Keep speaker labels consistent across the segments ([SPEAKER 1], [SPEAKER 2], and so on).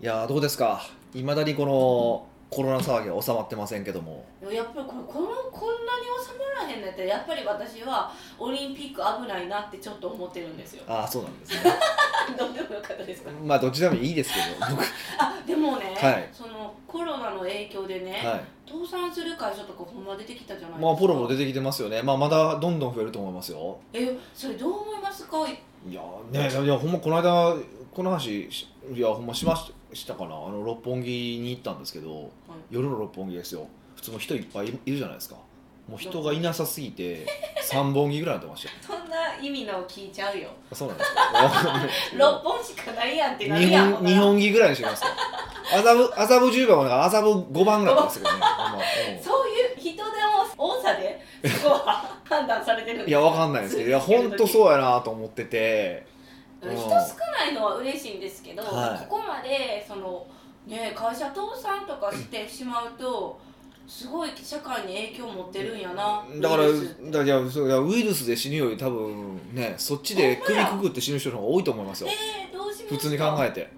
[SPEAKER 1] いやーどうですかいまだにこのコロナ騒ぎは収まってませんけども
[SPEAKER 2] でもやっぱりこのこのこんなに収まらへんのやったらやっぱり私はオリンピック危ないなってちょっと思ってるんですよ
[SPEAKER 1] ああそうなんですね
[SPEAKER 2] どうでもよかったですか
[SPEAKER 1] まあどっちでもいいですけ ど僕
[SPEAKER 2] あでもね、
[SPEAKER 1] はい
[SPEAKER 2] そのコロナの影響でね、
[SPEAKER 1] はい
[SPEAKER 2] 倒産する会社とかほんま出てきたじゃないですか
[SPEAKER 1] まあポロも出てきてますよねまあまだどんどん増えると思いますよ
[SPEAKER 2] えそれどう思いますか
[SPEAKER 1] いやーねいやほんまこの間この話しいやほんましまししたかなあの六本木に行ったんですけど、夜の六本木ですよ普通の人いっぱいいいるじゃないですかもう人がいなさすぎて三本木ぐらいになってましたよ
[SPEAKER 2] そんな意味のを聞いちゃうよ
[SPEAKER 1] そうなんですよ
[SPEAKER 2] 6本しかないやんってなる
[SPEAKER 1] 日
[SPEAKER 2] やんほ
[SPEAKER 1] 本
[SPEAKER 2] な
[SPEAKER 1] 日本着ぐらいにしてます か麻布麻布10番もなんか麻布5番ぐらいなんですけど ねほんまう
[SPEAKER 2] そういう人でも多さでそこは判断されてるん
[SPEAKER 1] ん
[SPEAKER 2] で
[SPEAKER 1] い
[SPEAKER 2] す
[SPEAKER 1] やわかんないですけどいやほんとそうやなと思ってて
[SPEAKER 2] 人少ないのは嬉しいんですけど、
[SPEAKER 1] はい
[SPEAKER 2] ここまでその、ね、会社倒産とかしてしまうとすごい社会に影響持ってるんやな
[SPEAKER 1] だから
[SPEAKER 2] ウイ
[SPEAKER 1] だか
[SPEAKER 2] ルス
[SPEAKER 1] らいやそういやウイルスで死ぬより多分ねそっちで首くくって死ぬ人の方が多いと思いますよ
[SPEAKER 2] えー、どうしますか
[SPEAKER 1] 普通に考えて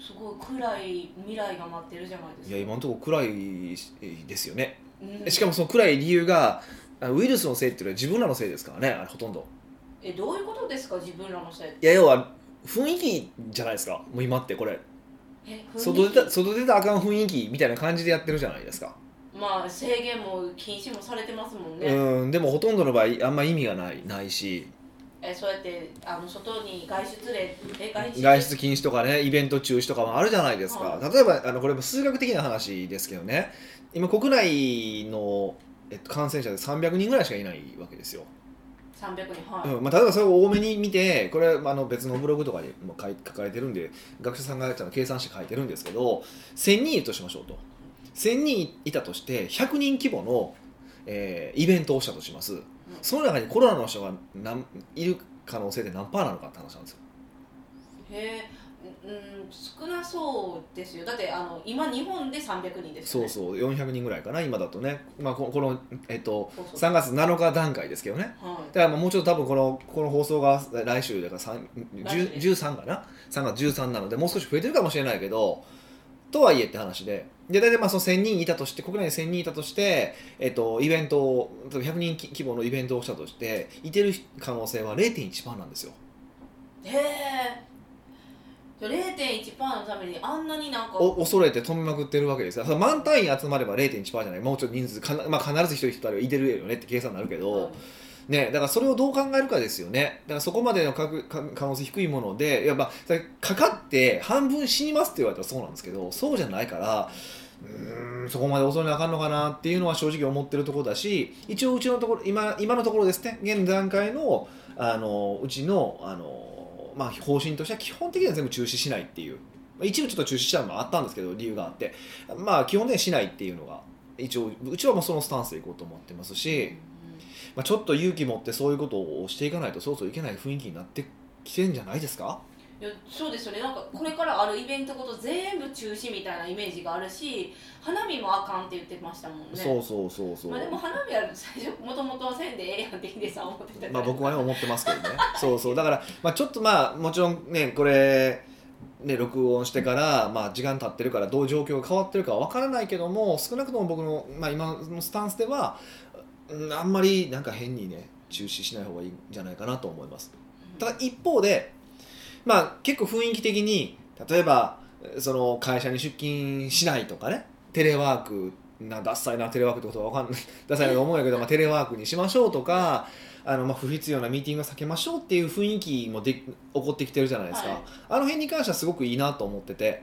[SPEAKER 2] すごい暗い未来が待ってるじゃないです
[SPEAKER 1] い
[SPEAKER 2] か
[SPEAKER 1] や今のところ暗いですよね
[SPEAKER 2] うん
[SPEAKER 1] しかもその暗い理由があウイルスのせいっていうのは自分らのせいですからねあれほとんど
[SPEAKER 2] えどういうことですか自分らのせい
[SPEAKER 1] いや要は雰囲気じゃないですかもう今ってこれ
[SPEAKER 2] え
[SPEAKER 1] 外
[SPEAKER 2] 雰囲
[SPEAKER 1] 出
[SPEAKER 2] 気
[SPEAKER 1] た外出たらあかん雰囲気みたいな感じでやってるじゃないですか、
[SPEAKER 2] まあ制限も禁止もされてますもんね、
[SPEAKER 1] うんでもほとんどの場合あんま意味がないないし
[SPEAKER 2] えそうやってあの外に外出でえ外出
[SPEAKER 1] 外出禁止とかねイベント中止とかもあるじゃないですか、例えばあのこれも数学的な話ですけどね今国内の、えっと、感染者で300人ぐらいしかいないわけですよ、
[SPEAKER 2] 300人はい、
[SPEAKER 1] うんまあ、例えばそれを多めに見てこれまああの別のブログとかにも書い書かれてるんで学者さんがちゃんと計算して書いてるんですけど1000人いるとしましょうと1000人いたとして100人規模の、えーイベントをしたとしますその中にコロナの人が何いる可能性って何パーなのかって話なんですよ
[SPEAKER 2] へえ、うん、少なそうですよ。だってあの今日本で300人ですよ
[SPEAKER 1] そう
[SPEAKER 2] ね。
[SPEAKER 1] そう400人ぐらいかな今だとね、まあ、ここの、えっと、
[SPEAKER 2] そうそう。
[SPEAKER 1] 3月7日段階ですけどね
[SPEAKER 2] はい。
[SPEAKER 1] だからまあもうちょっと多分このこの放送が来週だから3
[SPEAKER 2] 来週
[SPEAKER 1] 13かな3月13なのでもう少し増えてるかもしれないけどとはいえって話でで大体まあその1000人いたとして国内に1000人いたとして、えっと、イベントを例えば100人き規模のイベントをしたとしていてる可能性は0.1%なんですよ
[SPEAKER 2] へえ。0.1%のためにあんなになんか
[SPEAKER 1] お恐れて止めまくってるわけですよその満単位集まれば0.1%じゃないもうちょっと人数かな、まあ、必ず一人一人はいてるよねって計算になるけど、ね、だからそれをどう考えるかですよねだからそこまでのかくか可能性低いものでいや、まあ、それかかって半分死にますって言われたらそうなんですけどそうじゃないからうーんそこまで恐れなあかんのかなっていうのは正直思ってるところだし一応うちのところ今今のところですね現段階のあのうちのあの、まあ、方針としては基本的には全部中止しないっていうまあ一部ちょっと中止したのもあったんですけど理由があってまあ基本的にはしないっていうのが一応うちはもうそのスタンスでいこうと思ってますし。まあ、ちょっと勇気持ってそういうことをしていかないとそうそういけない雰囲気になってきてんじゃないですか
[SPEAKER 2] うんいやそうですよねなんかこれからあるイベントごと全部中止みたいなイメージがあるし花火もあかんって言ってましたもんね
[SPEAKER 1] そうそうそうそう
[SPEAKER 2] まあ、でも花火は最初もともとせんでええやんってヒデさん思ってたから
[SPEAKER 1] まあ、僕はね思ってますけどねそうそうだから、まあ、ちょっとまあもちろんねこれね録音してから、まあ、時間経ってるからどう状況が変わってるかは分からないけども少なくとも僕の、まあ、今のスタンスではうんあんまりなんか変にね中止しない方がいいんじゃないかなと思いますただ一方で、まあ、結構雰囲気的に例えばえーその会社に出勤しないとかねテレワークなダッサいなテレワークってことは分かんない ダサいなと思うんやけど、まあ、テレワークにしましょうとかあの、まあ、不必要なミーティングは避けましょうっていう雰囲気もで起こってきてるじゃないですか、
[SPEAKER 2] はい
[SPEAKER 1] あの辺に関してはすごくいいなと思ってて、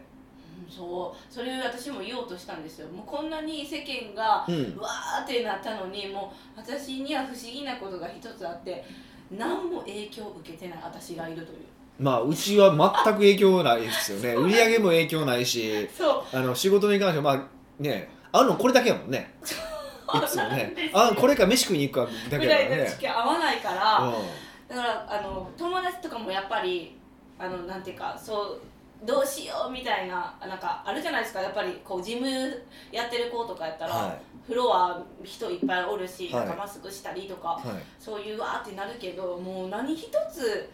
[SPEAKER 2] うんそうそれを私も言おうとしたんですよもうこんなに世間が
[SPEAKER 1] うん
[SPEAKER 2] うわーってなったのにもう私には不思議なことが一つあって何も影響を受けてない私がいるという
[SPEAKER 1] まあ、うちは全く影響ないですよね売り上げも影響ないし
[SPEAKER 2] そ
[SPEAKER 1] あの仕事に関してはまあねあるのこれだけやもんねいつも
[SPEAKER 2] そうなん
[SPEAKER 1] ね
[SPEAKER 2] ですよ
[SPEAKER 1] あこれか飯食いに行くかだ
[SPEAKER 2] ぐ
[SPEAKER 1] けだ
[SPEAKER 2] ら
[SPEAKER 1] か
[SPEAKER 2] い
[SPEAKER 1] ら
[SPEAKER 2] の
[SPEAKER 1] ね
[SPEAKER 2] 知識合わないから
[SPEAKER 1] う
[SPEAKER 2] だからあの友達とかもやっぱりあのなんていうかそうどうしようみたいななんかあるじゃないですかやっぱりこう事務やってる子とかやった
[SPEAKER 1] ん
[SPEAKER 2] ら、
[SPEAKER 1] は
[SPEAKER 2] フロア人いっぱいおるし、
[SPEAKER 1] はい
[SPEAKER 2] なんかマスクしたりとか
[SPEAKER 1] いはい
[SPEAKER 2] そういうわーってなるけどもう何一つ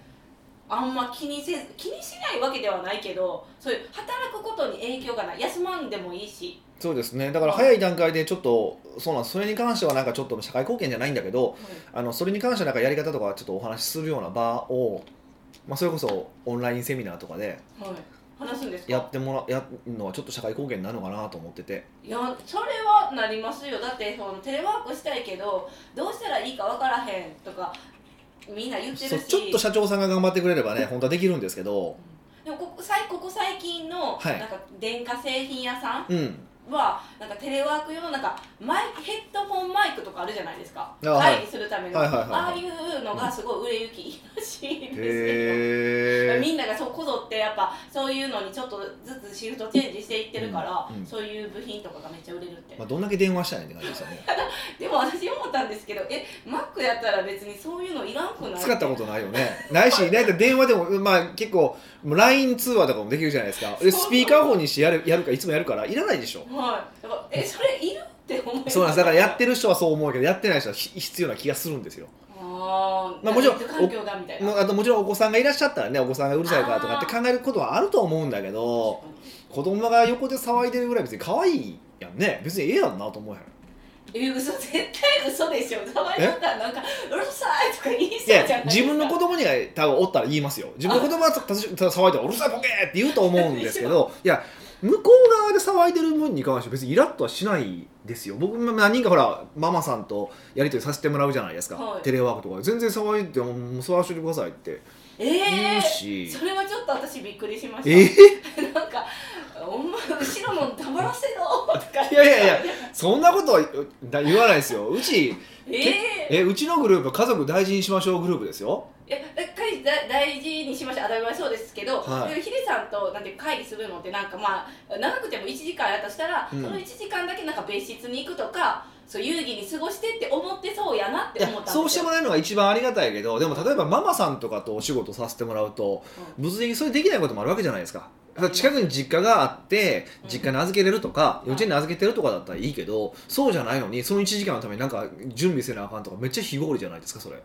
[SPEAKER 2] あんま気にせず気にしないわけではないけどそういう働くことに影響がない休まんでもいいし、
[SPEAKER 1] そうですねだから早い段階でちょっとそうなんそれに関してはなんかちょっと社会貢献じゃないんだけどあのそれに関してはなんかやり方とかちょっとお話しするような場を、まあ、それこそオンラインセミナーとかで
[SPEAKER 2] はい、話すんですか
[SPEAKER 1] やってもらやるのはちょっと社会貢献になるのかなと思ってて
[SPEAKER 2] いやそれはなりますよだってそのテレワークしたいけどどうしたらいいか分からへんとかみんな言って
[SPEAKER 1] そ
[SPEAKER 2] る
[SPEAKER 1] う
[SPEAKER 2] し
[SPEAKER 1] ちょっと社長さんが頑張ってくれればね本当はできるんですけど
[SPEAKER 2] でもここ最ここ最近の
[SPEAKER 1] はい
[SPEAKER 2] なんか電化製品屋さん
[SPEAKER 1] うん
[SPEAKER 2] はなんかテレワーク用のなんかマイヘッドフォンマイクとかあるじゃないですか
[SPEAKER 1] あはい
[SPEAKER 2] 会議するための、
[SPEAKER 1] はいはいはいはい
[SPEAKER 2] ああいうのがすごい売れ行きいいらしいんですよ、
[SPEAKER 1] へえ
[SPEAKER 2] みんながそうこぞってやっぱそういうのにちょっとずつシフトチェンジしていってるから、
[SPEAKER 1] うんうん
[SPEAKER 2] そういう部品とかがめっちゃ売れるって、
[SPEAKER 1] まあ、どんだけ電話したいねって感じですよね
[SPEAKER 2] でも私思ったんですけどえマックやったら別にそういうのいらんくない
[SPEAKER 1] 使ったことないよねないしだいたい電話でも、まあ、結構もう LINE 通話とかもできるじゃないですかでスピーカーフォンにしてやるやるかいつもやるからいらないでしょ
[SPEAKER 2] はいだからえそれいるって思いま
[SPEAKER 1] そうなんですだからやってる人はそう思うけどやってない人はひ必要な気がするんですよ
[SPEAKER 2] あー
[SPEAKER 1] まあもちろん
[SPEAKER 2] ネット環境がみたいな
[SPEAKER 1] もうあともちろんお子さんがいらっしゃったらねお子さんがうるさいからとかって考えることはあると思うんだけど子供が横で騒いでるぐらい別に可愛いやんね別にええやんなと思うやん
[SPEAKER 2] え嘘絶対嘘でしょ名前だったらなんかうるさいとか言いそ
[SPEAKER 1] い
[SPEAKER 2] うじゃない
[SPEAKER 1] や自分の子供には多分おったら言いますよ自分の子供はたたた騒いで「うるさいボケ!」って言うと思うんですけどいや向こう側で騒いでる分に関しては別にイラッとはしないですよ僕も何人かほらママさんとやり取りさせてもらうじゃないですか、
[SPEAKER 2] はい
[SPEAKER 1] テレワークとかで全然騒いでももう騒がしててくださいって言
[SPEAKER 2] え
[SPEAKER 1] う
[SPEAKER 2] ー
[SPEAKER 1] し、
[SPEAKER 2] それはちょっと私びっくりしました、
[SPEAKER 1] ええ
[SPEAKER 2] なんか「お前後ろの黙らせろ」とか
[SPEAKER 1] いやいやいやそんなことはだ言わないですようち
[SPEAKER 2] ええ
[SPEAKER 1] えうちのグループ家族大事にしましょうグループですよ
[SPEAKER 2] いやだ会議だ大事にしましょう当たり前そうですけど、
[SPEAKER 1] はい
[SPEAKER 2] でもヒデさんとなんていうか会議するのってなんかまあ長くても1時間やったとしたら、
[SPEAKER 1] うん
[SPEAKER 2] その1時間だけなんか別室に行くとかそう有意義に過ごしてって思ってそうやなっ
[SPEAKER 1] い
[SPEAKER 2] て
[SPEAKER 1] や
[SPEAKER 2] 思ったんですよ
[SPEAKER 1] そうしてもらえるのが一番ありがたいけどでも例えばママさんとかとお仕事させてもらうと物理的にそれできないこともあるわけじゃないですかだから近くに実家があって
[SPEAKER 2] うん
[SPEAKER 1] 実家に預けれるとか
[SPEAKER 2] うん
[SPEAKER 1] 幼稚園に預けてるとかだったらいいけどそうじゃないのにその1時間のためになんか準備せなあかんとかめっちゃ非合理じゃないですかそれ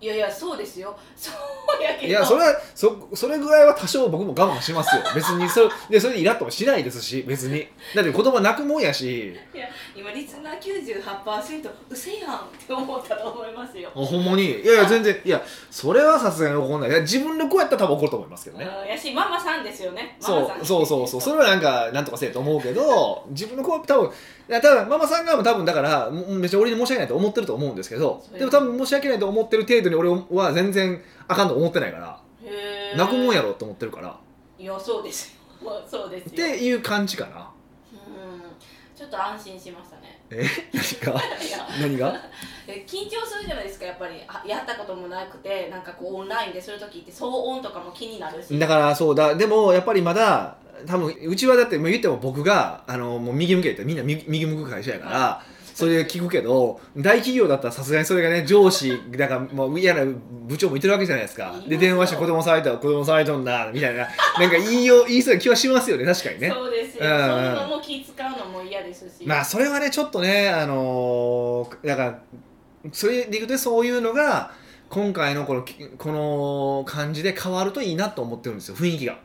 [SPEAKER 2] いやいやそうですよそうやけど
[SPEAKER 1] いやそれはそそれぐらいは多少僕も我慢しますよ別にそれでそれでイラッともしないですし別にだって子供は泣くもんやし
[SPEAKER 2] 今リスナー98%うせやんって思ったと思いますよ、
[SPEAKER 1] ほんまにいやいや全然いやそれはさすがに怒んないいや自分の子やったら多分怒ると思いますけどね
[SPEAKER 2] うんやしママさんですよねマ
[SPEAKER 1] そ
[SPEAKER 2] マさん
[SPEAKER 1] うそうそうそうそれはなんかなんとかせえと思うけ ど自分の子は多分いや多分ママさん側も多分だからもめっちゃ俺に申し訳ないと思ってると思うんですけど
[SPEAKER 2] そうや
[SPEAKER 1] でも多分申し訳ないと思ってる程度に俺は全然あかんと思ってないから
[SPEAKER 2] へー
[SPEAKER 1] 泣くもんやろと思ってるから
[SPEAKER 2] いやそうですよ そうですよ
[SPEAKER 1] っていう感じかな
[SPEAKER 2] うんちょっと安心しましたね
[SPEAKER 1] え何が
[SPEAKER 2] いや
[SPEAKER 1] 何が
[SPEAKER 2] え緊張するじゃないですかやっぱりあやったこともなくてなんかこうオンラインでする時って騒音とかも気になるし
[SPEAKER 1] だからそうだでもやっぱりまだ多分うちはだってもう言っても僕があのもう右向けってみんな右右向く会社やから、それ聞くけど大企業だったらさすがにそれがね上司だからもう嫌な部長もいてるわけじゃないですかで電話して子供騒いだ子供騒いどんだみたいななんか言いよう言いそうな気はしますよね確かにね
[SPEAKER 2] そうですよ、
[SPEAKER 1] うんうん
[SPEAKER 2] そういうのも気使うのも嫌ですし、
[SPEAKER 1] まあそれはねちょっとねあのーだからそれでいくとそういうのが今回のこのきこの感じで変わるといいなと思ってるんですよ雰囲気が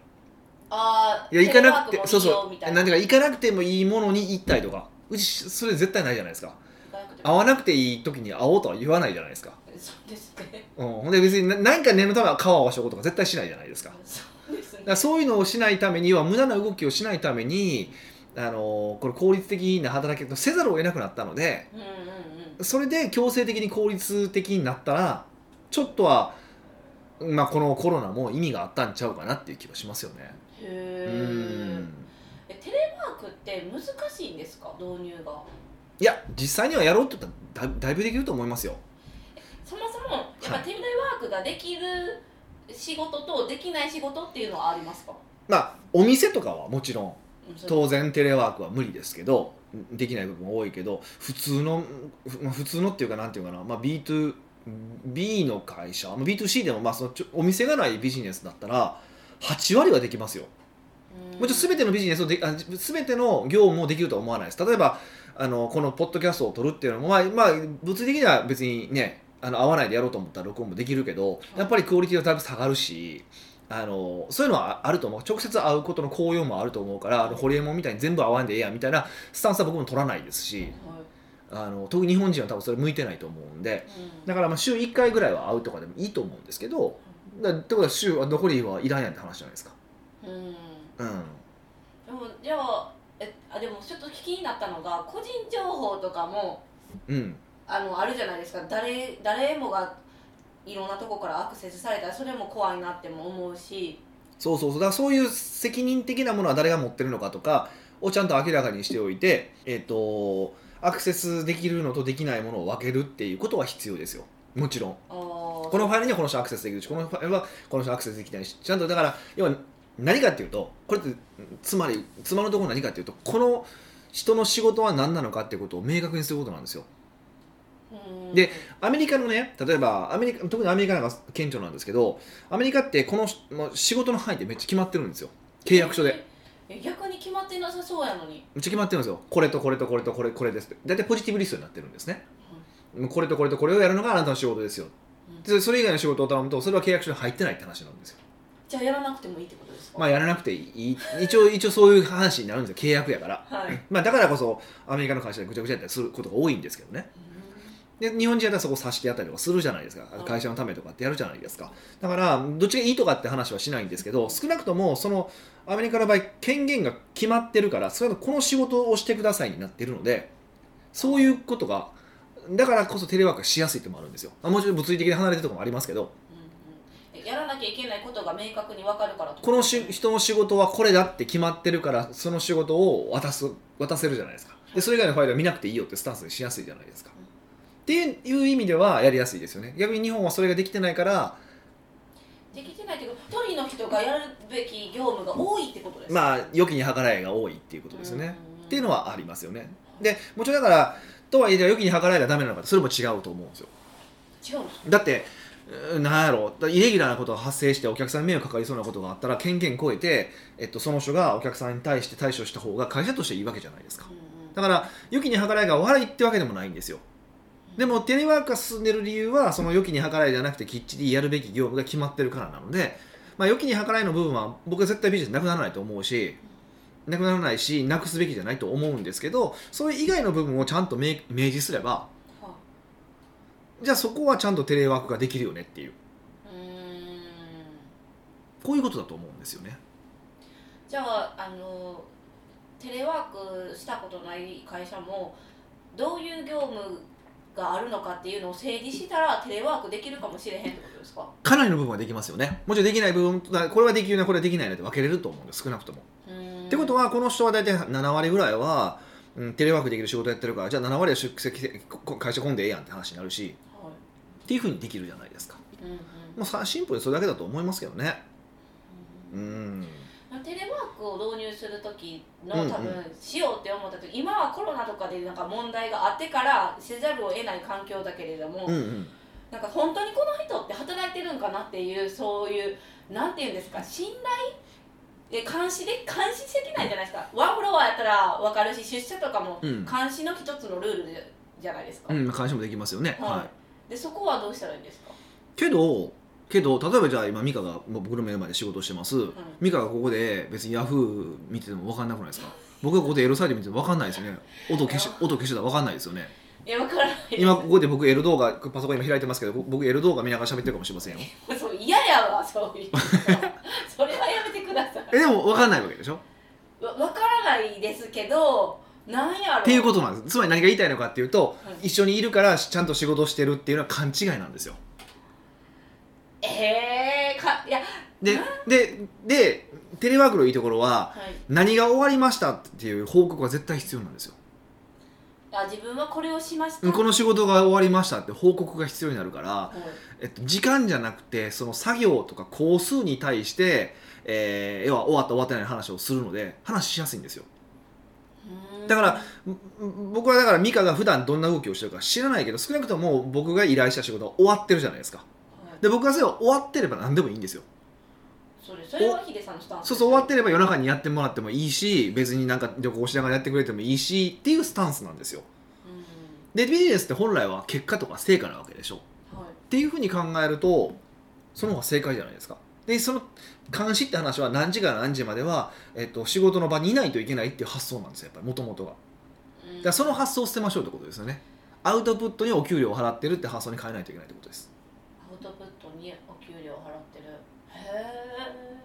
[SPEAKER 2] ああ
[SPEAKER 1] いや行かなくてそう
[SPEAKER 2] そ
[SPEAKER 1] う
[SPEAKER 2] そ
[SPEAKER 1] そう
[SPEAKER 2] みたい
[SPEAKER 1] なん
[SPEAKER 2] な
[SPEAKER 1] ていうか行かなくてもいいものに行ったりとかうちそれ絶対ないじゃないですか
[SPEAKER 2] 行かなくて
[SPEAKER 1] 会わなくていい時に会おうとは言わないじゃないですか
[SPEAKER 2] そうですね
[SPEAKER 1] うん、ほんで別にな何か念のためは顔を合わせることとか絶対しないじゃないですかだか
[SPEAKER 2] そうですね
[SPEAKER 1] らそういうのをしないためには無駄な動きをしないためにあのこれ効率的な働き方をせざるを得なくなったので
[SPEAKER 2] うんうんうん
[SPEAKER 1] それで強制的に効率的になったらちょっとは、まあ、このコロナも意味があったんちゃうかなっていう気はしますよね。
[SPEAKER 2] へ
[SPEAKER 1] う
[SPEAKER 2] え
[SPEAKER 1] ん
[SPEAKER 2] えテレワークって難しいんですか導入が
[SPEAKER 1] いや実際にはやろうって言ったらだいだいぶできると思いますよ。
[SPEAKER 2] そもそもやっぱテレワークができる仕事とできない仕事っていうのはありますか
[SPEAKER 1] まあお店とかはもちろん
[SPEAKER 2] うんそれ
[SPEAKER 1] 当然テレワークは無理ですけどできない部分も多いけど普通のふまあ普通のっていうかなんていうかな、まあ、B2B の会社まあ B2C でもまあそのちょお店がないビジネスだったら8割はできますよ
[SPEAKER 2] うん
[SPEAKER 1] もちろん全てのビジネスをであ全ての業務をできるとは思わないです例えばあのこのポッドキャストを撮るっていうのも、まあまあ、物理的には別にねあの合わないでやろうと思ったら録音もできるけどやっぱりクオリティはだいぶ下がるしあのそういうのはあると思う直接会うことの効用もあると思うからあのホリエモンみたいに全部合わんでええやんみたいなスタンスは僕も取らないですしあの特に日本人は多分それ向いてないと思うんでだからまあ週1回ぐらいは会うとかでもいいと思うんですけどだってことは週は残りはいらんやんって話じゃないですか。
[SPEAKER 2] うん、うん、
[SPEAKER 1] うん
[SPEAKER 2] でもじゃあえあでもちょっと気になったのが個人情報とかも
[SPEAKER 1] うん
[SPEAKER 2] あのあるじゃないですか誰誰もがいろんなとこからアクセスされたらそれも怖いなっても思うし、
[SPEAKER 1] そうそうそうだからそういう責任的なものは誰が持ってるのかとかをちゃんと明らかにしておいて、えっとアクセスできるのとできないものを分けるっていうことは必要ですよもちろん
[SPEAKER 2] こ
[SPEAKER 1] このファイルにはこの人アクセスできるしこのファイルはこの人アクセスできないしちゃんとだから要は何かっていうとこれってつまり妻のところ何かっていうとこの人の仕事は何なのかっていうことを明確にすることなんですよでアメリカのね例えばアメリカ特にアメリカなんか顕著なんですけどアメリカってこのまあ仕事の範囲ってめっちゃ決まってるんですよ契約書で
[SPEAKER 2] え逆に決まってなさそうやのに
[SPEAKER 1] めっちゃ決まってるんですよこれとこれとこれとこれこれですって大体ポジティブリストになってるんですね、これとこれとこれをやるのがあなたの仕事ですよ
[SPEAKER 2] うん
[SPEAKER 1] でそれ以外の仕事を頼むとそれは契約書に入ってないって話なんですよ
[SPEAKER 2] じゃあやらなくてもいいってことですか、
[SPEAKER 1] まあやらなくていい一 応一応そういう話になるんですよ契約やから、
[SPEAKER 2] はい、
[SPEAKER 1] まあ、だからこそアメリカの会社でぐちゃぐちゃやったりすることが多いんですけどねで日本人だったらそこ察してやったりとかするじゃないですか
[SPEAKER 2] うん
[SPEAKER 1] 会社のためとかってやるじゃないですかだからどっちがいいとかって話はしないんですけど少なくともそのアメリカの場合権限が決まってるからそれはこの仕事をしてくださいになってるのでそういうことがだからこそテレワークがしやすいってのもあるんですよあもちろん物理的に離れてるとこもありますけど
[SPEAKER 2] うんうんえやらなきゃいけないことが明確に分かるから
[SPEAKER 1] このし人の仕事はこれだって決まってるからその仕事を渡す渡せるじゃないですかでそれ以外のファイルは見なくていいよってスタンスにしやすいじゃないですか
[SPEAKER 2] うん
[SPEAKER 1] っていう意味ではやりやすいですよね逆に日本はそれができてないから
[SPEAKER 2] できてないけど一人の人がやるべき業務が多いってことですか、
[SPEAKER 1] まあ良きに計らいが多いっていうことですよね、
[SPEAKER 2] んんん
[SPEAKER 1] っていうのはありますよねでもちろんだからとはいえじゃあ良きに計らいがダメなのかってそれも違うと思うんですよ
[SPEAKER 2] 違うんですか
[SPEAKER 1] だってうーなんやろだイレギュラーなことが発生してお客さんに迷惑かかりそうなことがあったら権限超えて、えっと、その人がお客さんに対して対処した方が会社としていいわけじゃないですか
[SPEAKER 2] うんうん
[SPEAKER 1] だから良きに計らいが悪いってわけでもないんですよでもテレワークが進んでる理由はその良きに計らいじゃなくてきっちりやるべき業務が決まってるからなので、まあ、良きに計らいの部分は僕は絶対ビジネスなくならないと思うしなくならないしなくすべきじゃないと思うんですけどそれ以外の部分をちゃんと明明示すれば
[SPEAKER 2] は
[SPEAKER 1] じゃあそこはちゃんとテレワークができるよねっていう
[SPEAKER 2] うーん
[SPEAKER 1] こういうことだと思うんですよね。
[SPEAKER 2] じゃああのテレワークしたことない会社もどういう業務があるのかっていうのを整理したらテレワークできるかもしれへんってことですか
[SPEAKER 1] かなりの部分はできますよね。もちろんできない部分、だからこれはできるな、これはできないなって分けれると思うんです、少なくとも。ってことはこの人は大体7割ぐらいは、うん、テレワークできる仕事やってるからじゃあ7割は出席せここ会社混んでええやんって話になるし
[SPEAKER 2] は
[SPEAKER 1] っていうふうにできるじゃないですか
[SPEAKER 2] いうんうん
[SPEAKER 1] もうさシンプルにそれだけだと思いますけどねうん
[SPEAKER 2] テレワークを導入する時の
[SPEAKER 1] うんうん
[SPEAKER 2] 多分しようって思った時今はコロナとかでなんか問題があってからせざるを得ない環境だけれども、
[SPEAKER 1] うんうん
[SPEAKER 2] なんか本当にこの人って働いてるんかなっていうそういうなんていうんですか信頼で監視で監視できないじゃないですかワンフロアやったら分かるし出社とかも
[SPEAKER 1] うん
[SPEAKER 2] 監視の一つのルールじゃないです
[SPEAKER 1] う
[SPEAKER 2] か、
[SPEAKER 1] ん監視もできますよね
[SPEAKER 2] はい
[SPEAKER 1] はい
[SPEAKER 2] でそこはどうしたらいいんですか、
[SPEAKER 1] けどけど例えばじゃあ今美香がもう僕の目の前で仕事をしてます
[SPEAKER 2] うん
[SPEAKER 1] 美香がここで別にヤフー見てても分かんなくないですか僕がここでエロサイト見てても分かんないですよね音消し音消してたら分かんないですよね
[SPEAKER 2] いや分からないです
[SPEAKER 1] 今ここで僕エロ動画パソコン今開いてますけど僕エロ動画見ながら喋ってるかもしれませんよ
[SPEAKER 2] そう嫌やわそういうのそれはやめてください
[SPEAKER 1] えでも分かんないわけでしょ
[SPEAKER 2] わ分からないですけどなんやろ
[SPEAKER 1] っていうことなんですつまり何が言いたいのかっていうと、
[SPEAKER 2] はい
[SPEAKER 1] 一緒にいるからちゃんと仕事してるっていうのは勘違いなんですよ
[SPEAKER 2] えー、かいや
[SPEAKER 1] でででテレワークのいいところは
[SPEAKER 2] はい
[SPEAKER 1] 何が終わりましたっていう報告は絶対必要なんですよ
[SPEAKER 2] あ自分はこれをしました、
[SPEAKER 1] この仕事が終わりましたって報告が必要になるから、
[SPEAKER 2] はい
[SPEAKER 1] えっと、時間じゃなくてその作業とか工数に対して、えー要は終わった終わってないの話をするので話しやすいんですよ
[SPEAKER 2] うーん
[SPEAKER 1] だからん僕はだから美香が普段どんな動きをしてるか知らないけど少なくとも僕が依頼した仕事は終わってるじゃないですか
[SPEAKER 2] はい
[SPEAKER 1] で僕はそれは終わってれば何でもいいんですよ
[SPEAKER 2] それそれはヒデさんのスタンス
[SPEAKER 1] そうそう終わってれば夜中にやってもらってもいいし別になんか旅行しながらやってくれてもいいしっていうスタンスなんですよ
[SPEAKER 2] うん
[SPEAKER 1] でビジネスって本来は結果とか成果なわけでしょ
[SPEAKER 2] は
[SPEAKER 1] っていうふうに考えるとその方が正解じゃないですかでその監視って話は何時から何時までは、えっと、仕事の場にいないといけないっていう発想なんですよやっぱりもともとがだからその発想を捨てましょうってことですよねアウトプットにお給料を払ってるって発想に変えないといけないってことです
[SPEAKER 2] アウトプットにお給料を払ってるへ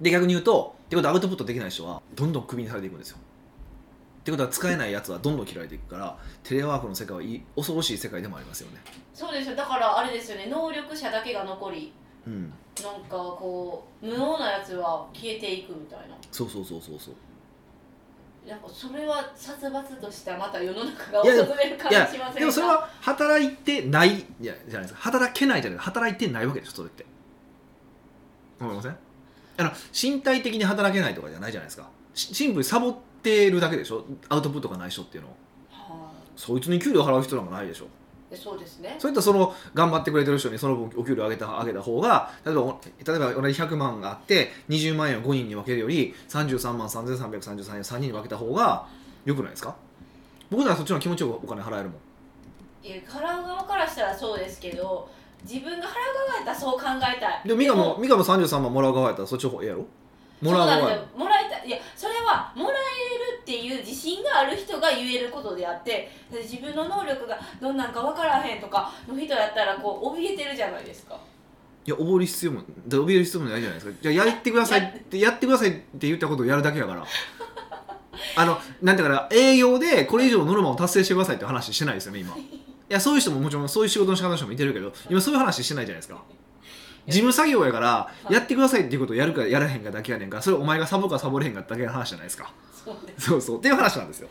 [SPEAKER 1] で逆に言うとってことはアウトプットできない人はどんどんクビにされていくんですよってことは使えないやつはどんどん切られていくからテレワークの世界はい恐ろしい世界でもありますよね
[SPEAKER 2] えそうですよだからあれですよね能力者だけが残り
[SPEAKER 1] うん
[SPEAKER 2] なんかこう無能なやつは消えていくみたいな
[SPEAKER 1] そうそうそうそうそう
[SPEAKER 2] なんかそれは殺伐としたまた世の中が
[SPEAKER 1] いやいや
[SPEAKER 2] 訪れる感
[SPEAKER 1] い
[SPEAKER 2] じ
[SPEAKER 1] や
[SPEAKER 2] しませんか
[SPEAKER 1] でもそれは働いてないいやじゃないですか働けないじゃない働いてないわけでしょそれって思いませんあの身体的に働けないとかじゃないじゃないですかしシンプルにサボってるだけでしょアウトプットがない人っていうのを
[SPEAKER 2] は
[SPEAKER 1] そいつに給料払う人なんかないでしょ
[SPEAKER 2] いでそうですね
[SPEAKER 1] そういったその頑張ってくれてる人にその分お給料上げた上げた方が例えばお例えば同じ100万があって20万円を5人に分けるより33万3333円を3人に分けた方がよくないですか僕ならそっちの方が気持ちよくお金払えるもん
[SPEAKER 2] いや払う側からしたらそうですけど自分が払う側やったらそう考えたい
[SPEAKER 1] でも美香も美香も33万もらう側やったらそっちの方がええやろもらう
[SPEAKER 2] そう
[SPEAKER 1] 側
[SPEAKER 2] なん
[SPEAKER 1] や
[SPEAKER 2] ですよもらいたいいやそれはもらえるっていう自信がある人が言えることであってだって自分の能力がどんなんか分からへんとかの人やったらこう怯えてるじゃないですか
[SPEAKER 1] いや溺れる必要もだ怯える必要もないじゃないですかじゃあやってくださいってやってくださいって言ったことをやるだけやからあのなんていうかな営業でこれ以上ノルマを達成してくださいって話してないですよね今いやそういう人ももちろんそういう仕事の仕方の人もいてるけど今そういう話してないじゃないですか事務作業やから
[SPEAKER 2] い
[SPEAKER 1] やってくださいっていうことをやるかやらへんかだけやねんからそれお前がサボるかサボれへんかだけの話じゃないですか
[SPEAKER 2] そうです
[SPEAKER 1] そうそうっていう話なんですよ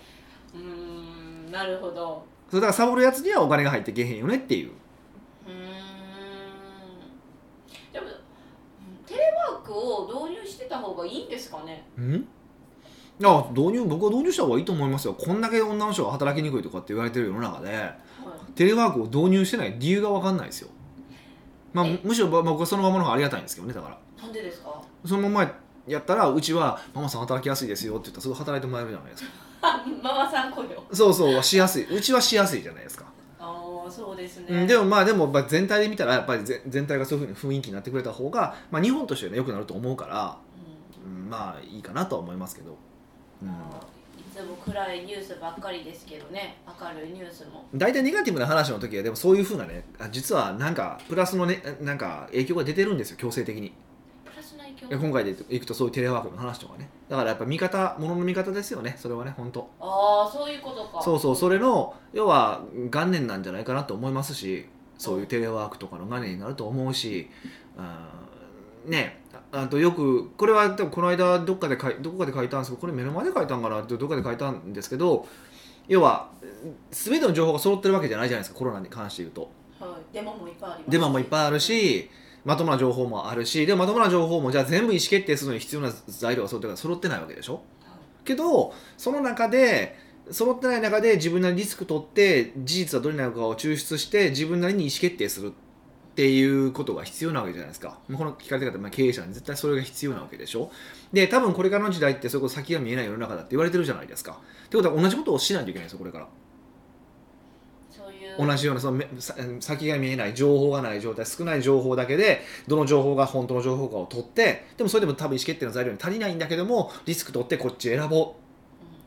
[SPEAKER 2] うーんなるほど
[SPEAKER 1] それだからサボるやつにはお金が入ってけへんよねっていう
[SPEAKER 2] うーんでもテレワークを導入してた方がいいんですかね
[SPEAKER 1] うんあ導入僕は導入した方がいいと思いますよこんだけ女の人が働きにくいとかって言われてる世の中で
[SPEAKER 2] はい
[SPEAKER 1] テレワークを導入してない理由が分かんないですよ、まあ
[SPEAKER 2] え、
[SPEAKER 1] むしろま僕はそのままの方がありがたいんですけどねだから
[SPEAKER 2] なんでですか
[SPEAKER 1] そのままやったらうちは「ママさん働きやすいですよ」って言ったらすごい働いてもらえるじゃないですか
[SPEAKER 2] ママさん雇用
[SPEAKER 1] そうそうしやすいうちはしやすいじゃないですか、
[SPEAKER 2] ああそうですね、
[SPEAKER 1] うん、でもまあでもまあ全体で見たらやっぱりぜ全体がそういうふうに雰囲気になってくれた方が、まあ、日本としてね良くなると思うから、
[SPEAKER 2] う
[SPEAKER 1] うん、まあいいかなとは思いますけど、うんん、
[SPEAKER 2] あーいつも暗いニュースばっかりですけどね明るいニュースも
[SPEAKER 1] 大体ネガティブな話の時はでもそういうふうなねあ実はなんかプラスのねなんか影響が出てるんですよ強制的に
[SPEAKER 2] プラスな影響
[SPEAKER 1] え今回でいくとそういうテレワークの話とかねだからやっぱ見方ものの見方ですよねそれはね本当
[SPEAKER 2] ああそういうことか
[SPEAKER 1] そうそうそれの要は元年なんじゃないかなと思いますしそういうテレワークとかの元年になると思うし、うん、ねああとよくこれはでもこの間どっかで書いどこかで書いたんですけどこれ目の前で書いたんかなってどっかで書いたんですけど要は全ての情報が揃ってるわけじゃないじゃないですかコロナに関して言うと。
[SPEAKER 2] はい、デマもいっぱいあります
[SPEAKER 1] デマもいっぱいあるしまともな情報もあるしでもまともな情報もじゃあ全部意思決定するのに必要な材料が揃ってるから揃ってないわけでしょ
[SPEAKER 2] は
[SPEAKER 1] けどその中で揃ってない中で自分なりにリスク取って事実はどれなのかを抽出して自分なりに意思決定するっていうことが必要なわけじゃないですかもうこの聞かれ方、まあ、経営者に絶対それが必要なわけでしょで多分これからの時代ってそれこそ先が見えない世の中だって言われてるじゃないですかってことは同じことをしないといけないんですよこれから
[SPEAKER 2] そういう
[SPEAKER 1] 同じようなそのめさ先が見えない情報がない状態少ない情報だけでどの情報が本当の情報かを取ってでもそれでも多分意思決定の材料に足りないんだけどもリスク取ってこっち選ぼう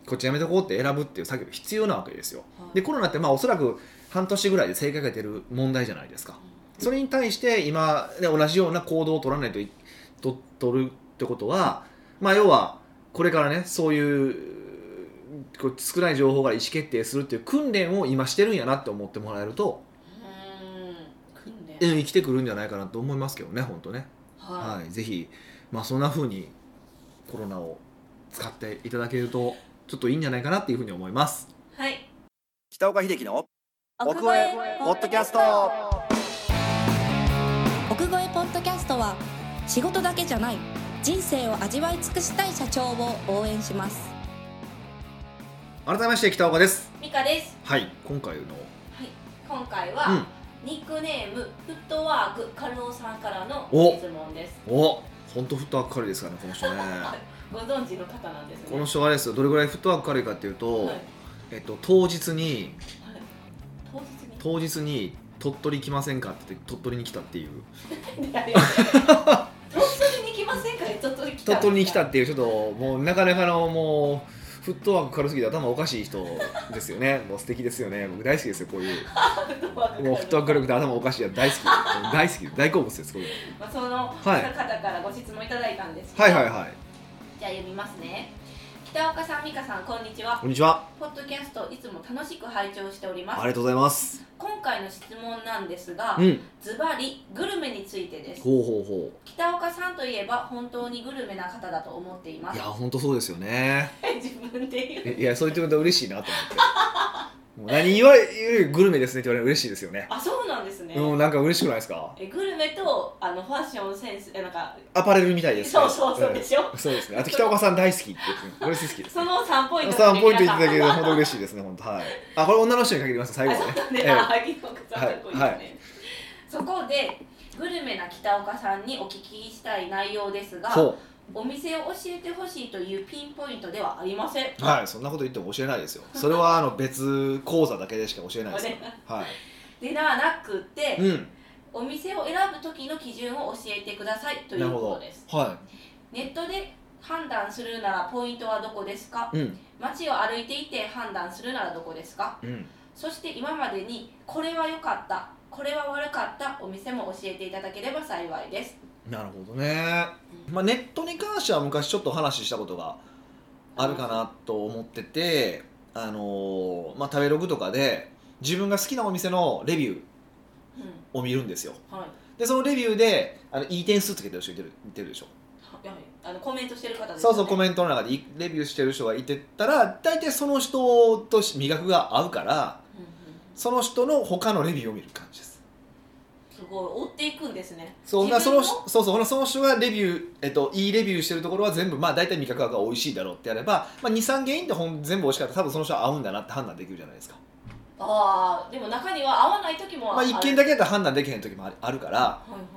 [SPEAKER 1] こっちやめとこうって選ぶっていう作業が必要なわけですよ
[SPEAKER 2] うんはい
[SPEAKER 1] でコロナってまあおそらく半年ぐらいで正解が出る問題じゃないですか
[SPEAKER 2] う
[SPEAKER 1] それに対して今、ね、同じような行動を取らないといと取るってことはまあ要はこれからねそういうこう少ない情報から意思決定するっていう訓練を今してるんやなって思ってもらえると
[SPEAKER 2] んうーん訓練
[SPEAKER 1] うん生きてくるんじゃないかなと思いますけどね、本当ね。
[SPEAKER 2] はい、
[SPEAKER 1] はい、ぜひ、まあ、そんな風にコロナを使っていただけると、ちょっといいんじゃないかなっていうふうに思います。
[SPEAKER 2] はい
[SPEAKER 1] 北岡秀樹の
[SPEAKER 3] 奥越えポッドキャスト奥越えポッドキャストは仕事だけじゃない人生を味わい尽くしたい社長を応援します
[SPEAKER 1] 改めまして北岡です。
[SPEAKER 2] ミカです
[SPEAKER 1] はい、今回の、
[SPEAKER 2] 今回
[SPEAKER 1] う
[SPEAKER 2] は
[SPEAKER 1] ん、
[SPEAKER 2] ニックネームフットワークカルオさんからの
[SPEAKER 1] お
[SPEAKER 2] 質問です
[SPEAKER 1] お、本当フットワーク軽いですからね、この 人ね。
[SPEAKER 2] ご存知の方なんですね
[SPEAKER 1] この人はあれですよ、どれぐらいフットワーク軽いかっていうと、
[SPEAKER 2] はい
[SPEAKER 1] えっと、当日に、
[SPEAKER 2] 当日に
[SPEAKER 1] 当日に鳥取来ませんかって言って鳥取に来たっていう
[SPEAKER 2] 鳥取 に来ませんか鳥取来た
[SPEAKER 1] 鳥取に来 たっていうちょっともうなかなかのもうフットワーク軽すぎて頭おかしい人ですよねも う素敵ですよね僕大好きですよこういうもうフットワーク軽くて頭おかしいやつ大好き大好き大好物ですこういう
[SPEAKER 2] まあ、その
[SPEAKER 1] はい
[SPEAKER 2] 方からご質問いただいたんですけど、
[SPEAKER 1] はいはいはい
[SPEAKER 2] じゃあ読みますね北岡さん美香さんこんにちは
[SPEAKER 1] こんにちは
[SPEAKER 2] ポッドキャストいつも楽しく拝聴しており
[SPEAKER 1] あ
[SPEAKER 2] ま
[SPEAKER 1] り
[SPEAKER 2] す
[SPEAKER 1] がとうございます
[SPEAKER 2] 今回の質問なんですが
[SPEAKER 1] うん
[SPEAKER 2] ズバリグルメについてです
[SPEAKER 1] ほうほうほ
[SPEAKER 2] 北岡さんといえば本当にグルメな方だと思っていま
[SPEAKER 1] うい
[SPEAKER 2] す
[SPEAKER 1] や本当そうですよね
[SPEAKER 2] 自分で言う
[SPEAKER 1] えいやそう言ってもらうと嬉しいなと思ってもう何言われ言うよりグルメですねって言われる嬉しいですよね
[SPEAKER 2] あそうなんですね、
[SPEAKER 1] うんなんか嬉しくないですか
[SPEAKER 2] えグルメとあのファッションセンスえなんか
[SPEAKER 1] アパレルみたいですね
[SPEAKER 2] そうそうそうでしょ、
[SPEAKER 1] うんそうですねあと北岡さん大好きって言ってこれ好きです
[SPEAKER 2] その3ポイント
[SPEAKER 1] さあポイント言
[SPEAKER 2] 皆
[SPEAKER 1] っ
[SPEAKER 2] さ
[SPEAKER 1] ていた
[SPEAKER 2] ん
[SPEAKER 1] だけると本当嬉しいですね、本当はい。あ、これ女の人に限ります、最後ね
[SPEAKER 2] あ。そう
[SPEAKER 1] え
[SPEAKER 2] ね、
[SPEAKER 1] え
[SPEAKER 2] あ萩野さんの声ですね、
[SPEAKER 1] はいは
[SPEAKER 2] そこでグルメな北岡さんにお聞きしたい内容ですが
[SPEAKER 1] そ
[SPEAKER 2] お店を教えてほしいというピンポイントではありません、
[SPEAKER 1] う、はい、そんなこと言っても教えないですよ。それはあの別講座だけでしか教えないですから。はい。
[SPEAKER 2] ではなくて、
[SPEAKER 1] うん、
[SPEAKER 2] お店を選ぶ時の基準を教えてくださいとい
[SPEAKER 1] なる
[SPEAKER 2] う
[SPEAKER 1] ほ
[SPEAKER 2] ことです
[SPEAKER 1] ど。は
[SPEAKER 2] ネットで判断するならポイントはどこですか
[SPEAKER 1] い。うん、
[SPEAKER 2] 街を歩いていて判断するならどこですか
[SPEAKER 1] うん、
[SPEAKER 2] そして今までにこれは良かったこれは悪かったお店も教えていただければ幸いです、
[SPEAKER 1] なるほどね。まあネットに関しては昔ちょっと話したことがあるかなと思ってて、あのーまあ食べログとかで自分が好きなお店のレビュー
[SPEAKER 2] うん
[SPEAKER 1] を見るんですよ。
[SPEAKER 2] はい
[SPEAKER 1] でそのレビューであのいい点数つけてる人いてるいてるでしょ。
[SPEAKER 2] はいあのコメントしてる方です
[SPEAKER 1] そ
[SPEAKER 2] よ
[SPEAKER 1] う
[SPEAKER 2] ね
[SPEAKER 1] そうコメントの中でいレビューしてる人がいてたら大体その人とし味覚が合うから
[SPEAKER 2] うんうん
[SPEAKER 1] その人の他のレビューを見る感じです
[SPEAKER 2] すごい追っていくんですね
[SPEAKER 1] そうな
[SPEAKER 2] 自
[SPEAKER 1] そ
[SPEAKER 2] 分
[SPEAKER 1] の
[SPEAKER 2] も
[SPEAKER 1] そうそうほなその人がレビュー、えっと、いいレビューしてるところは全部まあ大体味覚が美味しいだろうってやれば、まあ、23原因ってほん全部美味しかったら多分その人は合うんだなって判断できるじゃないですか、
[SPEAKER 2] ああでも中には合わない時も
[SPEAKER 1] まあ、1件
[SPEAKER 2] だ
[SPEAKER 1] だけやったら判断できへん時もあるあるから
[SPEAKER 2] はいはいはい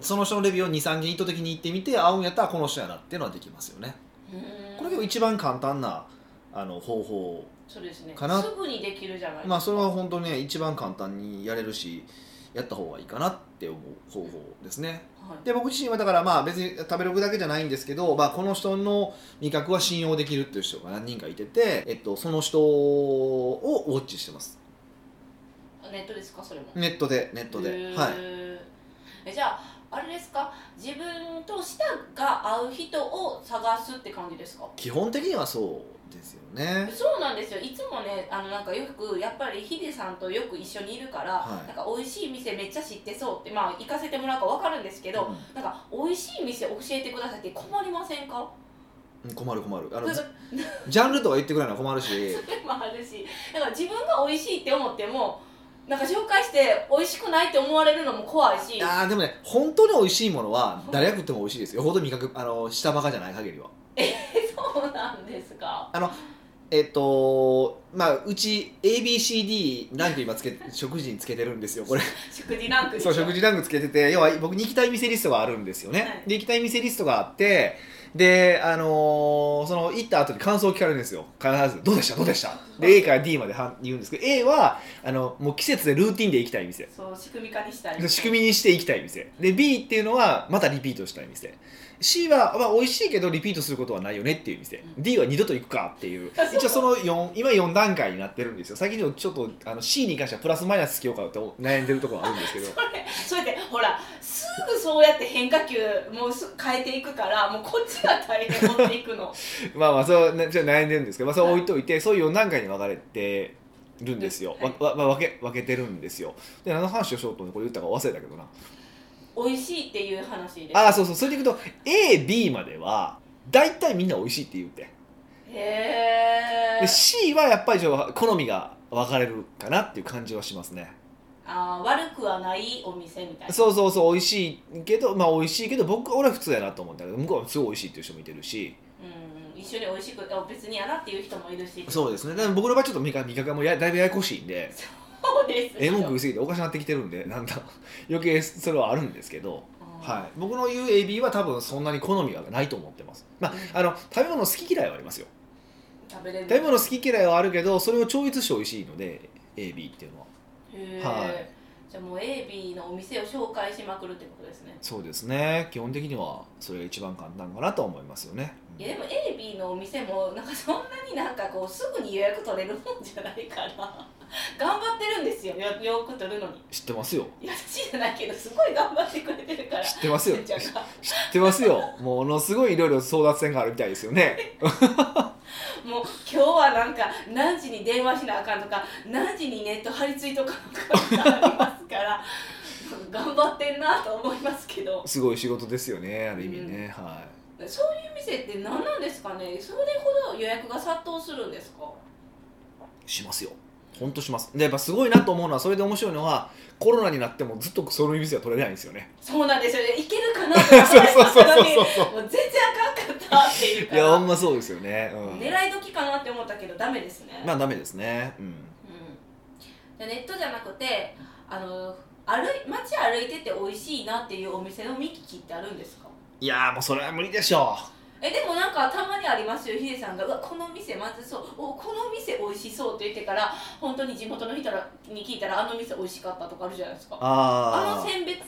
[SPEAKER 1] その人のレビューを23件意図的に言ってみて合うんやったらこの人やなっていうのはできますよね
[SPEAKER 2] うーん
[SPEAKER 1] これが一番簡単なあの方法
[SPEAKER 2] そうですね
[SPEAKER 1] かな
[SPEAKER 2] すぐにできるじゃないですか
[SPEAKER 1] まあそれは本当にね一番簡単にやれるしやった方がいいかなって思う方法ですね
[SPEAKER 2] はい
[SPEAKER 1] で僕自身はだからまあ別に食べログだけじゃないんですけど、まあ、この人の味覚は信用できるっていう人が何人かいてて、えっと、その人をウォッチしてます
[SPEAKER 2] あネットですかそれも
[SPEAKER 1] ネットでネットではい
[SPEAKER 2] いじゃああれですか自分と舌が合う人を探すって感じですか
[SPEAKER 1] 基本的にはそうですよね
[SPEAKER 2] そうなんですよいつもねあのなんかよくやっぱりヒデさんとよく一緒にいるから、
[SPEAKER 1] はい
[SPEAKER 2] なんか美味しい店めっちゃ知ってそうってまあ行かせてもらうか分かるんですけど、なんか美味しい店教えてくださいって困りませんか
[SPEAKER 1] うん困る困るあ
[SPEAKER 2] そ
[SPEAKER 1] の
[SPEAKER 2] れ
[SPEAKER 1] ジ
[SPEAKER 2] そ
[SPEAKER 1] ジャンルとか言ってくれないの困るし
[SPEAKER 2] れもあるしだから自分が美味しいって思ってもなんか紹介して美味しくないって思われるのも怖いし
[SPEAKER 1] あーでもね本当に美味しいものは誰が食っても美味しいですよよほど味覚あの下バカじゃない限りは
[SPEAKER 2] そうなんですか
[SPEAKER 1] えっとまあうち ABCD ランク今つけ食事につけてるんですよこれ
[SPEAKER 2] 食事ランク
[SPEAKER 1] そう食事ランクつけてて要は僕に行きたい店リストがあるんですよね、
[SPEAKER 2] はい
[SPEAKER 1] で行きたい店リストがあってであのーその行った後に感想を聞かれるんですよ必ず「どうでしたどうでした?」で A から D まではん言うんですけど A はあのもう季節でルーティンで行きたい店
[SPEAKER 2] そう仕組み化にしたい
[SPEAKER 1] 仕組みにして行きたい店で B っていうのはまたリピートしたい店 C は、まあ、美味しいけどリピートすることはないよねっていう店、
[SPEAKER 2] うん
[SPEAKER 1] D は二度と行くかっていう一応その4今4段階になってるんですよ最近でもちょっとあの C に関してはプラスマイナスつけようかって悩んでるところはあるんですけど
[SPEAKER 2] それでほらすぐそうやって変化球もうすぐ変えていくからもうこっちが大変持って いくの
[SPEAKER 1] まあまあそうなちょっと悩んでるんですけど、まあ、そう置いといて、そういう4段階に分かれてるんですよ、
[SPEAKER 2] はい
[SPEAKER 1] わわわ分け分けてるんですよで何の話をしようと思ってこれ言ったか忘れたけどな
[SPEAKER 2] 美味しいっていう話です
[SPEAKER 1] ああそうそうそれでいくと AB までは大体みんな美味しいって言うて。
[SPEAKER 2] へえ
[SPEAKER 1] で C はやっぱりちょっと好みが分かれるかなっていう感じはしますね
[SPEAKER 2] あー悪くはないお店みたいな
[SPEAKER 1] そうそうそう美味しいけどまあ美味しいけど僕俺は普通やなと思うんだけど向こうはすごい美味しいっていう人もいてるし
[SPEAKER 2] うんうん一緒に美味しくあ別にやなっていう人もいるし
[SPEAKER 1] そうですねでも僕の場合ちょっと味覚味覚がもうやだいぶややこしいんで
[SPEAKER 2] そうですよ
[SPEAKER 1] ええもん食いすぎておかしなってきてるんでなんだ余計それはあるんですけど、
[SPEAKER 2] うん
[SPEAKER 1] はい、僕の言う AB は多分そんなに好みがないと思ってますまああの食べ物好き嫌いはありますよ
[SPEAKER 2] 食べれる
[SPEAKER 1] 食べ物好き嫌いはあるけどそれを超越して美味しいので AB っていうのは
[SPEAKER 2] へえ、
[SPEAKER 1] はい
[SPEAKER 2] じゃあもう AB のお店を紹介しまくるってことですね
[SPEAKER 1] そうですね基本的にはそれが一番簡単かなと思いますよね、
[SPEAKER 2] いやでも AB のお店もなんかそんなになんかこうすぐに予約取れるもんじゃないから 頑張ってるんですよ予約予約取るのに
[SPEAKER 1] 知ってますよ
[SPEAKER 2] いや私じゃないけどすごい頑張ってくれてるから
[SPEAKER 1] 知ってます よ
[SPEAKER 2] せん
[SPEAKER 1] 知
[SPEAKER 2] ちゃんが
[SPEAKER 1] ってますよものすごいいろいろ争奪戦があるみたいですよね
[SPEAKER 2] もう今日はなんか何時に電話しなあかんとか何時にネット張り付いとかなんかありますから 頑張ってんなと思いますけど
[SPEAKER 1] すごい仕事ですよねある意味ね、はい
[SPEAKER 2] そういう店って何なんですかねそれほど予約が殺到するんですか
[SPEAKER 1] しますよほんとしますでやっぱすごいなと思うのはそれで面白いのはコロナになってもずっとその店は取れないんですよ ね
[SPEAKER 2] そうなんですよねいけるかなとか
[SPEAKER 1] そうそうそうそうそ
[SPEAKER 2] もう全然あかんかったっていう
[SPEAKER 1] う
[SPEAKER 2] か
[SPEAKER 1] いやほん
[SPEAKER 2] ら
[SPEAKER 1] まそうですよね、うん、
[SPEAKER 2] 狙い時かなって思ったけどダメですね、
[SPEAKER 1] まあダメですねうん
[SPEAKER 2] うん、でネットじゃなくてあの歩い街歩いてて美味しいなっていうお店の見聞きってあるんですか
[SPEAKER 1] いやーもうそれは無理でしょ
[SPEAKER 2] えでもなんかたまにありますよヒデさんが「うわこの店まずそうおこの店美味しそう」って言ってから本当に地元の人らに聞いたら「あの店美味しかった」とかあるじゃないですかあ
[SPEAKER 1] あ
[SPEAKER 2] の
[SPEAKER 1] あ
[SPEAKER 2] 選別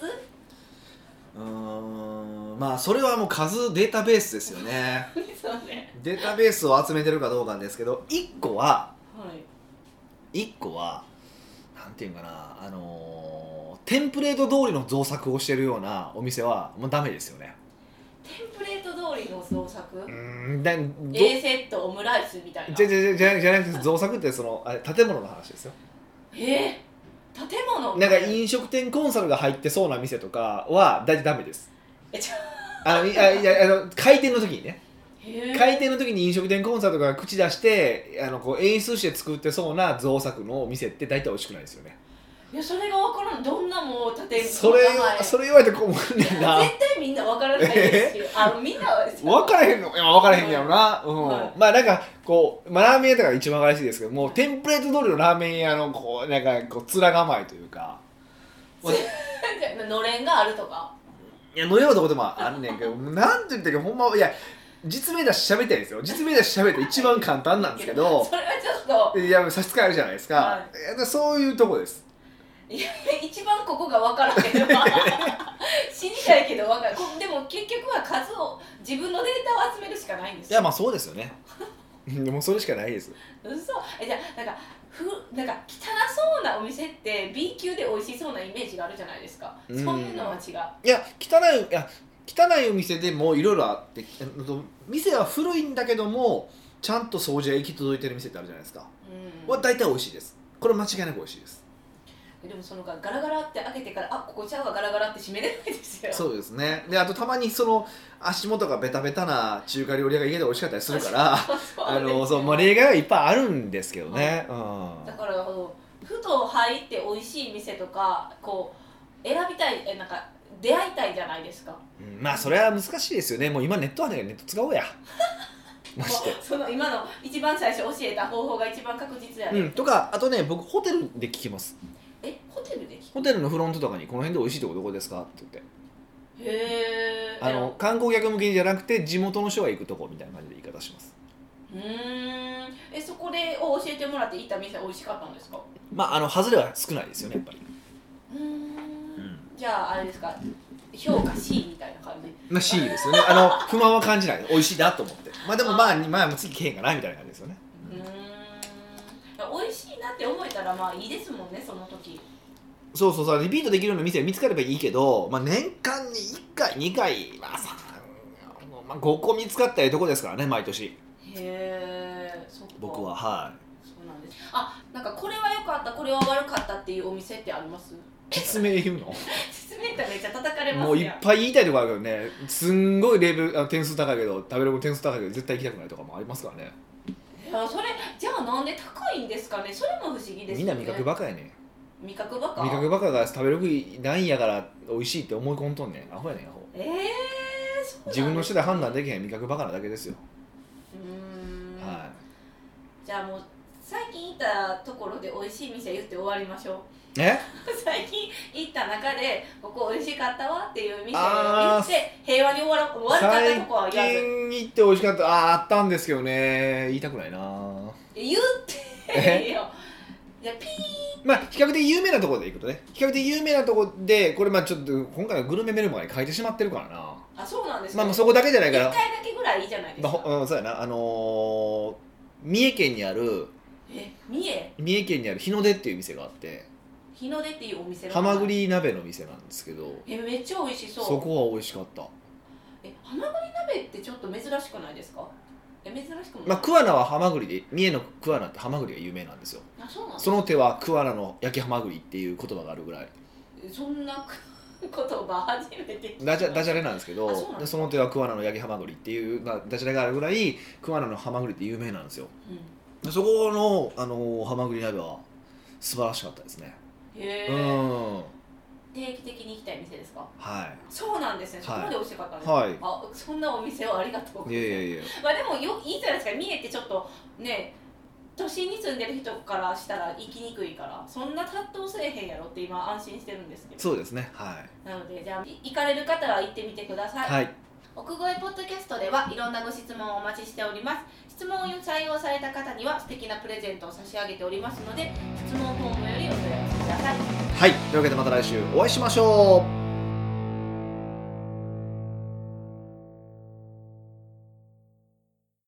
[SPEAKER 1] うーんまあそれはもう数データベースですよね
[SPEAKER 2] そうね
[SPEAKER 1] データベースを集めてるかどうかなんですけど1個は
[SPEAKER 2] はい
[SPEAKER 1] 1個はなんていうんかなあのーテンプレート通りの造作をしてるようなお店はもうダメですよね
[SPEAKER 2] テンプレート通りの創作、
[SPEAKER 1] うーんだ
[SPEAKER 2] A セットオムライスみたいな
[SPEAKER 1] じゃじゃじゃじゃなくて造作ってそのあれ建物の話ですよ
[SPEAKER 2] えー、建物
[SPEAKER 1] なんか飲食店コンサルが入ってそうな店とかは大体ダメです
[SPEAKER 2] えちょ
[SPEAKER 1] あのいあいやあの開店の時にね
[SPEAKER 2] へー
[SPEAKER 1] 開店の時に飲食店コンサルとかが口出してあのこう演出して作ってそうな造作のお店って大体美味しくないですよね
[SPEAKER 2] いやそれが分からんどんなもう建てる
[SPEAKER 1] それ
[SPEAKER 2] 名前
[SPEAKER 1] それ言われて困んねんな
[SPEAKER 2] 絶対みんな分からないですよ、 あみんなは
[SPEAKER 1] 分からへんのいや分からへんやろな、うん
[SPEAKER 2] はい
[SPEAKER 1] まあなんかこう、まあ、ラーメン屋とかが一番分かりやすいですけどもうテンプレート通りのラーメン屋のこうなんかこう面構えというか
[SPEAKER 2] じゃあのれんがあるとか
[SPEAKER 1] いや、のようなこともあんねんけど、もうなんて言ったっけ、ほんま、いや、実名出し喋りたいんですよ。実名出し喋って一番簡単なんですけど
[SPEAKER 2] そ、れはちょっと
[SPEAKER 1] いや、差し支えあるじゃないですか。、
[SPEAKER 2] はい
[SPEAKER 1] やだからそういうとこです。
[SPEAKER 2] いや一番ここが分からへ んわ死にたいけど分からんこでも結局は数を自分のデータを集めるしかないんですよ
[SPEAKER 1] あそうですよね。 でもうそれしかないです。
[SPEAKER 2] 嘘えじゃあなんかふなんか汚そうなお店って B 級で美味しそうなイメージがあるじゃないですか
[SPEAKER 1] うん
[SPEAKER 2] そういうのは違う
[SPEAKER 1] いや、汚い、いや、汚いお店でもいろいろあって、あの店は古いんだけども、ちゃんと掃除が行き届いてる店ってあるじゃないですか。
[SPEAKER 2] うん
[SPEAKER 1] は大体美味しいです。これ間違いなく美味しいです。
[SPEAKER 2] でもそのガラガラって開けてからあここちゃうわガラガラって閉めれないですよ
[SPEAKER 1] そうですね。で、あとたまにその足元がベタベタな中華料理屋が家で美味しかったりするから、
[SPEAKER 2] そうそう
[SPEAKER 1] あのそうまあ、
[SPEAKER 2] だ
[SPEAKER 1] 例外はいっぱいあるんですけどね、
[SPEAKER 2] からあのふと入って美味しい店とかこう選びたいえなんか出会いたいじゃないですか
[SPEAKER 1] うんうんまあそれは難しいですよねもう今ネットはねネット使おう やマジ
[SPEAKER 2] もうその今の一番最初教えた方法が一番確実やね、
[SPEAKER 1] で、うん、とかあとね僕ホテルで聞きます
[SPEAKER 2] えホテルで聞く
[SPEAKER 1] ホテルのフロントとかに「この辺で美味しいとこどこですか?」って言って
[SPEAKER 2] へえ
[SPEAKER 1] あの観光客向けじゃなくて地元の人が行くとこみたいな感じで言い方します
[SPEAKER 2] うーんえそこでを教えてもらって行った店美味しかったんですか
[SPEAKER 1] まああの外れは少ないですよねやっぱり、
[SPEAKER 2] うーん
[SPEAKER 1] うん
[SPEAKER 2] じゃああれですか評価 C みたいな感じ
[SPEAKER 1] まあ C ですよねあの 不満は感じない美味しいなと思ってまあでもまあまあ次来へんかなみたいな感じですよね
[SPEAKER 2] うーん美味しいなって思えたらまあいいですもんねその時
[SPEAKER 1] そうそうそうリピートできるような店が見つかればいいけど、まあ、年間に1回2回、まあ、さまあ5個見つかったらええとこですからね毎年
[SPEAKER 2] へえそっか
[SPEAKER 1] 僕はは
[SPEAKER 2] そうなんですあなんかこれは良かったこれは悪かったっていうお店ってあります
[SPEAKER 1] い実名言うの
[SPEAKER 2] 説明ってめっちゃ叩かれま
[SPEAKER 1] もう
[SPEAKER 2] す
[SPEAKER 1] いっ
[SPEAKER 2] やん
[SPEAKER 1] ぱい言いたいとこあるけどねすんごいレベルあの点数高いけど食べログ点数高いけど絶対行きたくないとかもありますからね
[SPEAKER 2] いやそれじゃあなんで高いんですかねそれも不思議です
[SPEAKER 1] みんな味覚
[SPEAKER 2] ば
[SPEAKER 1] バカやね
[SPEAKER 2] 味覚ばっか
[SPEAKER 1] 味覚バカが食べログないんやから美味しいって思い込んとんねんアホやねんアホ
[SPEAKER 2] ええそうなん
[SPEAKER 1] 自分の
[SPEAKER 2] う
[SPEAKER 1] 舌で判断できへん味覚バカなだけですよ、
[SPEAKER 2] ーん、
[SPEAKER 1] は
[SPEAKER 2] じゃあもう最近行ったところで美味しい店言って終わりましょう
[SPEAKER 1] いえ
[SPEAKER 2] 最近行った中でここ美味しかったわっていう店を言
[SPEAKER 1] あー
[SPEAKER 2] って平和に終わろう終わり
[SPEAKER 1] 最
[SPEAKER 2] 方とこは言わず
[SPEAKER 1] 近行って美味しかったあーあったんですけどね言いたくないな
[SPEAKER 2] 言ってよいじゃあピ
[SPEAKER 1] まあ比較的有名なところでいくとね比較的有名なところでこれまあちょっと今回はグルメメルマガに書いてしまってるからな
[SPEAKER 2] ーあそうなんです
[SPEAKER 1] ま
[SPEAKER 2] か、
[SPEAKER 1] あまあそこだけじゃない
[SPEAKER 2] 一
[SPEAKER 1] か
[SPEAKER 2] 回
[SPEAKER 1] ら
[SPEAKER 2] だけぐらいいいじゃないです
[SPEAKER 1] まあ
[SPEAKER 2] か、
[SPEAKER 1] ほうんそうやなあのー三重県にある
[SPEAKER 2] え三重
[SPEAKER 1] 三重県にある日の出っていう店があって
[SPEAKER 2] 日の出っていうお店の
[SPEAKER 1] はまぐり鍋の店なんですけど
[SPEAKER 2] えめっちゃ美味しそう
[SPEAKER 1] そこは美味しかった
[SPEAKER 2] えはまぐり鍋ってちょっと珍しくないですかえ珍しくもない、
[SPEAKER 1] まあ桑名ははまぐりで三重の桑名ってはまぐりが有名なんですよ
[SPEAKER 2] あそうなんです
[SPEAKER 1] その手は桑名の焼きはまぐりっていう言葉があるぐらい
[SPEAKER 2] そんな言葉初めて聞いた
[SPEAKER 1] ダジャダジャレなんですけど
[SPEAKER 2] あそうなんです
[SPEAKER 1] でそ
[SPEAKER 2] か
[SPEAKER 1] の手は桑名の焼きはまぐりっていう、まあ、ダジャレがあるぐらい桑名のはまぐりって有名なんですよ
[SPEAKER 2] うん
[SPEAKER 1] でそこの、あのー、はまぐり鍋は素晴らしかったですね、
[SPEAKER 2] へえ、
[SPEAKER 1] うん
[SPEAKER 2] 定期的に行きたい店ですか
[SPEAKER 1] は
[SPEAKER 2] そうなんですね、
[SPEAKER 1] はい
[SPEAKER 2] そこまで美味しかったんです、
[SPEAKER 1] はい
[SPEAKER 2] あそんなお店をありがとうございま
[SPEAKER 1] い
[SPEAKER 2] す
[SPEAKER 1] いやいやいや
[SPEAKER 2] まあでもよいいじゃないですか三重ってちょっとね都心に住んでる人からしたら行きにくいからそんな葛藤せえへんやろって今安心してるんですけど
[SPEAKER 1] そうですねは
[SPEAKER 2] なのでじゃあい行かれる方は行ってみてください、
[SPEAKER 1] いはい
[SPEAKER 2] 奥越ポッドキャストではいろんなご質問をお待ちしております質問を採用された方には素敵なプレゼントを差し上げておりますので質問フォームよりお問い合わせください
[SPEAKER 1] はいというわけでまた来週お会いしましょう